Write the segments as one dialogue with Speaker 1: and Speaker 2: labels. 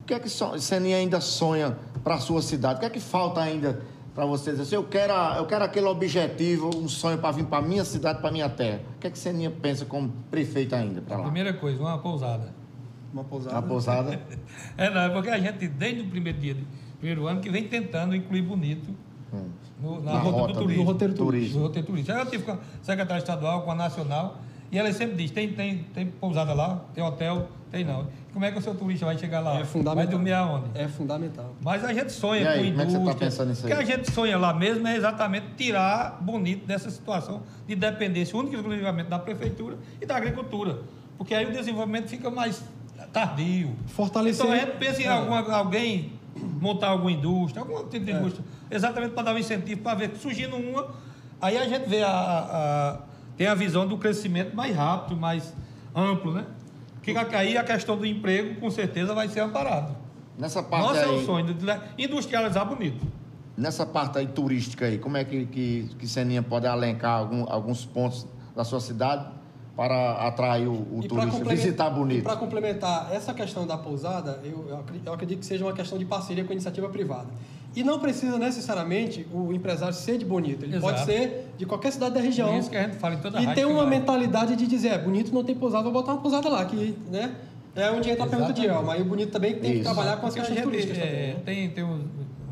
Speaker 1: O que é que so- Seninha ainda sonha para sua cidade? O que é que falta ainda para você dizer assim, eu quero, a- eu quero aquele objetivo, um sonho para vir para minha cidade, para minha terra? O que é que Seninha pensa como prefeito ainda para lá?
Speaker 2: Primeira coisa, uma pousada.
Speaker 3: Uma
Speaker 1: A
Speaker 3: pousada.
Speaker 1: pousada?
Speaker 2: É, não, é porque a gente, desde o primeiro dia, de- primeiro ano, que vem tentando incluir Bonito no- Hum. na,
Speaker 1: Na
Speaker 2: rota,
Speaker 1: rota
Speaker 2: do
Speaker 1: do
Speaker 2: turismo.
Speaker 1: roteiro turístico.
Speaker 2: No roteiro turístico. Aí Eu tive com a secretária estadual, com a nacional, e ela sempre diz, tem, tem, tem pousada lá, tem hotel, tem não. Como é que o seu turista vai chegar lá?
Speaker 3: É fundamental.
Speaker 2: Vai dormir aonde?
Speaker 3: É fundamental.
Speaker 2: Mas a gente sonha
Speaker 1: E aí,
Speaker 2: com
Speaker 1: como é que você
Speaker 2: indústria.
Speaker 1: tá pensando nisso aí?
Speaker 2: O que a gente sonha lá mesmo é exatamente tirar bonito dessa situação de dependência única e exclusivamente da prefeitura e da agricultura. Porque aí o desenvolvimento fica mais tardio.
Speaker 3: Fortalecer-
Speaker 2: Então a gente pensa em alguma- alguém montar alguma indústria, algum tipo de indústria, exatamente para dar um incentivo para ver surgindo uma. Aí a gente vê a, a- a- tem a visão do crescimento mais rápido, mais amplo, né? Que aí a questão do emprego com certeza vai ser amparado.
Speaker 1: Nessa parte
Speaker 2: Nossa, é
Speaker 1: aí,
Speaker 2: o sonho de industrializar bonito.
Speaker 1: nessa parte aí turística aí, como é que, que, que Seninha pode alencar algum- alguns pontos da sua cidade para atrair o, o
Speaker 3: E pra
Speaker 1: turista,
Speaker 3: complemen-
Speaker 1: visitar
Speaker 3: E
Speaker 1: bonito?
Speaker 3: para complementar essa questão da pousada, eu, eu acre- eu acredito que seja uma questão de parceria com a iniciativa privada. E não precisa necessariamente o empresário ser de Bonito, ele
Speaker 2: Exato.
Speaker 3: pode ser de qualquer cidade da região.
Speaker 2: É isso que a gente fala em toda
Speaker 3: e
Speaker 2: rádio
Speaker 3: ter
Speaker 2: que
Speaker 3: uma
Speaker 2: vai.
Speaker 3: mentalidade de dizer, é, Bonito não tem pousada, vou botar uma pousada lá, que né, é onde entra a pergunta de
Speaker 2: Exatamente.
Speaker 3: Elma. Aí o Bonito também tem que
Speaker 1: Isso.
Speaker 3: trabalhar com as
Speaker 2: Porque a
Speaker 3: questões
Speaker 2: gente
Speaker 3: turísticas
Speaker 2: é,
Speaker 3: também. né?
Speaker 2: tem, tem uns,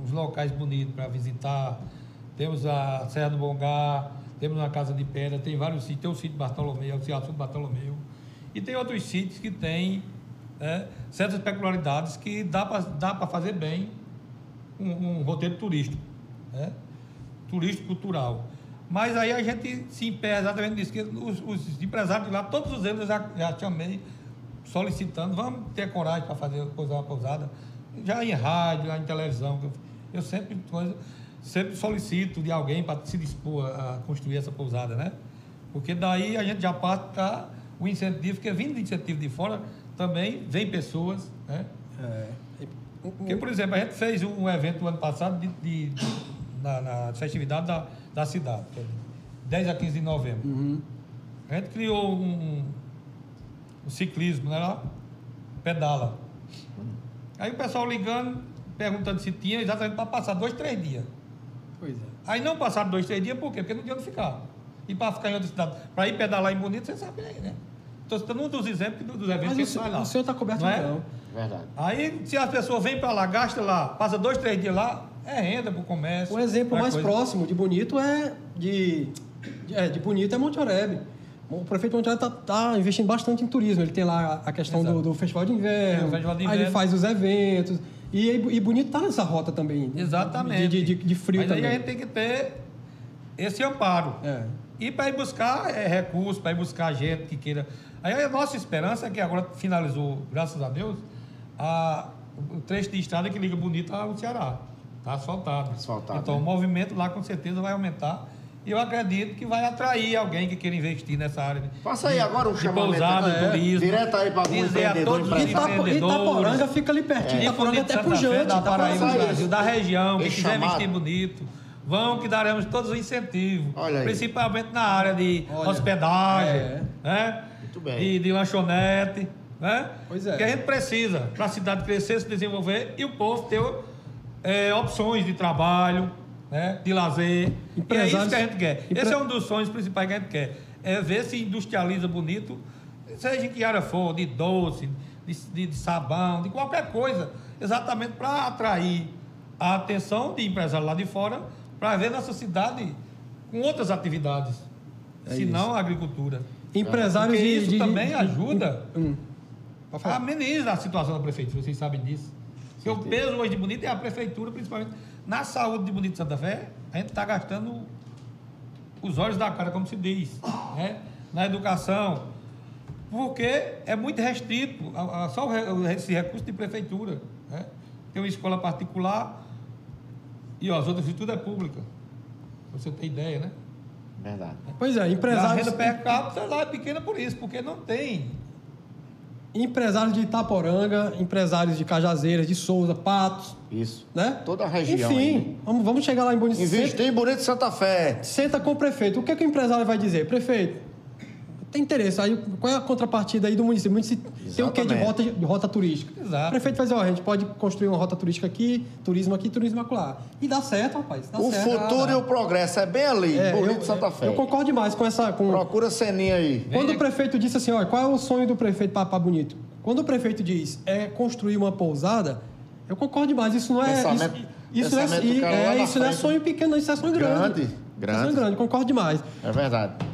Speaker 2: uns locais bonitos para visitar. Temos a Serra do Bongá, temos uma casa de pedra, tem vários sítios. Tem o sítio Bartolomeu, o Teatro do Bartolomeu. E tem outros sítios que têm né, certas peculiaridades que dá para dá pra fazer bem um, um roteiro turístico. Né? turístico cultural. Mas aí a gente se emperra exatamente nisso, que os, os empresários de lá, todos os eles eu já, já chamei, solicitando, vamos ter coragem para fazer coisa uma pousada, já em rádio, já em televisão, que eu, eu sempre, coisa- sempre solicito de alguém para se dispor a, a construir essa pousada, né? Porque daí a gente já parte para o incentivo, porque vindo do incentivo de fora, também vem pessoas, né?
Speaker 3: É. E-
Speaker 2: Porque, por exemplo, a gente fez um evento ano passado de, de- na, na festividade da, da cidade, que é de 10 a 15 de novembro.
Speaker 3: Uhum.
Speaker 2: A gente criou um, um ciclismo, né? Lá, pedala. Aí o pessoal ligando, perguntando se tinha, exatamente para passar dois, três dias.
Speaker 3: Pois é.
Speaker 2: Aí não passaram dois, três dias, por quê? Porque não tinha onde ficar. E para ficar em outra cidade, para ir pedalar em Bonito, você sabe aí, né? Estou citando um dos exemplos dos eventos
Speaker 3: Mas
Speaker 2: que
Speaker 3: o,
Speaker 2: a gente
Speaker 3: seu-
Speaker 2: faz lá.
Speaker 3: o senhor está coberto
Speaker 2: Não é?
Speaker 3: então.
Speaker 1: Verdade.
Speaker 2: Aí, se as pessoas vêm para lá, gastam lá, passa dois, três dias lá, é renda para o comércio.
Speaker 3: Um exemplo
Speaker 2: pra
Speaker 3: mais
Speaker 2: coisa.
Speaker 3: próximo de bonito é de, de, é, de bonito é Monte Oreb. O prefeito Monte está investindo bastante em turismo. Ele tem lá a questão
Speaker 2: Exato.
Speaker 3: do, do festival de inverno,
Speaker 2: É, o festival de
Speaker 3: aí ele
Speaker 2: inverno.
Speaker 3: faz os eventos. E, e bonito está nessa rota também. de-
Speaker 2: Exatamente.
Speaker 3: De, de, de frio
Speaker 2: Mas
Speaker 3: também.
Speaker 2: aí a gente tem que ter esse amparo.
Speaker 3: É.
Speaker 2: E para ir buscar é, recursos, para ir buscar gente que queira. Aí a nossa esperança é que agora finalizou, graças a Deus, a, o trecho de estrada que liga bonito ao Ceará. Está asfaltado.
Speaker 1: Asfaltado,
Speaker 2: Então
Speaker 1: né?
Speaker 2: o movimento lá com certeza vai aumentar. E eu acredito que vai atrair alguém que queira investir nessa área.
Speaker 1: Faça aí agora um
Speaker 2: de
Speaker 1: chamamento.
Speaker 2: pousada,
Speaker 1: É,
Speaker 2: turismo.
Speaker 1: direto aí pra algum
Speaker 2: Dizer a
Speaker 1: empreendedor,
Speaker 2: todos os
Speaker 1: empresário.
Speaker 3: Itapo,
Speaker 2: empreendedores.
Speaker 3: Itaporanga fica ali pertinho.
Speaker 2: É.
Speaker 3: Itaporanga
Speaker 2: Bonito
Speaker 3: Tá até
Speaker 2: Santa Fé,
Speaker 3: pujante.
Speaker 2: da
Speaker 3: Itaporanga-
Speaker 2: Paraíba, né? do Brasil, da região, quem
Speaker 1: Esse
Speaker 2: quiser
Speaker 1: chamado.
Speaker 2: vestir bonito, vão que daremos todos os incentivos,
Speaker 1: Olha aí.
Speaker 2: principalmente na área de
Speaker 3: Olha,
Speaker 2: hospedagem,
Speaker 3: é.
Speaker 2: né?
Speaker 1: Muito bem.
Speaker 2: E de lanchonete, né?
Speaker 3: Pois é.
Speaker 2: Que a gente precisa para a cidade crescer, se desenvolver e o povo ter é, opções de trabalho, né? De lazer. E é isso
Speaker 3: Empresários-
Speaker 2: que a gente quer.
Speaker 3: empre-
Speaker 2: Esse é um dos sonhos principais que a gente quer. É ver se industrializa bonito, seja em que área for, de doce, de, de- de sabão, de qualquer coisa, exatamente para atrair a atenção de empresário lá de fora, para ver nossa cidade com outras atividades,
Speaker 3: É
Speaker 2: se não a agricultura.
Speaker 3: Empresários
Speaker 2: Porque
Speaker 3: de-
Speaker 2: isso
Speaker 3: de-
Speaker 2: também é-
Speaker 3: de-
Speaker 2: ajuda
Speaker 3: Hum. Pode falar.
Speaker 2: ameniza a situação da prefeitura, vocês sabem disso. Porque o peso hoje de Bonito é a prefeitura, principalmente na saúde de Bonito de Santa Fé, a gente está gastando os olhos da cara, como se diz, né? na educação, porque é muito restrito, a- a- só o re- o- esse recurso de prefeitura. Né? Tem uma escola particular e ó, as outras de tudo é pública. Você tem ideia, né?
Speaker 1: Verdade.
Speaker 3: Pois é,
Speaker 2: A
Speaker 3: empresários,
Speaker 2: renda per capita lá é pequena por isso, porque não tem
Speaker 3: empresários de Itaporanga, empresários de Cajazeiras, de Souza, Patos,
Speaker 1: Isso.
Speaker 3: né?
Speaker 1: Toda a região aí,
Speaker 3: Enfim,
Speaker 1: né?
Speaker 3: vamos, vamos chegar lá em Bonito Centro.
Speaker 1: Investir em Bonito de Santa Fé.
Speaker 3: Senta com o prefeito. O que, é que o empresário vai dizer? Prefeito, tem interesse. Aí qual é a contrapartida aí do município? O município tem o quê de
Speaker 1: Exatamente.
Speaker 3: rota, de rota turística?
Speaker 2: Exato.
Speaker 3: O prefeito faz, ó, a gente pode construir uma rota turística aqui, turismo aqui, turismo acolá. E dá certo, rapaz. Dá
Speaker 1: O
Speaker 3: certo.
Speaker 1: futuro e o progresso é bem ali,
Speaker 3: É,
Speaker 1: Bonito
Speaker 3: eu-
Speaker 1: de Santa Fé.
Speaker 3: Eu concordo demais com essa. Com,
Speaker 1: Procura Seninha aí.
Speaker 3: Quando o prefeito disse assim, olha, qual é o sonho do prefeito Papá Bonito? Quando o prefeito diz é construir uma pousada, eu concordo demais. Isso não é.
Speaker 1: Pensamento-
Speaker 3: isso isso, não é,
Speaker 1: pensamento do cara lá
Speaker 3: é,
Speaker 1: na
Speaker 3: isso não é
Speaker 1: frente.
Speaker 3: sonho pequeno, não, isso é sonho grande.
Speaker 1: Grande,
Speaker 3: Isso é
Speaker 1: grande.
Speaker 3: sonho grande, concordo demais.
Speaker 1: É verdade.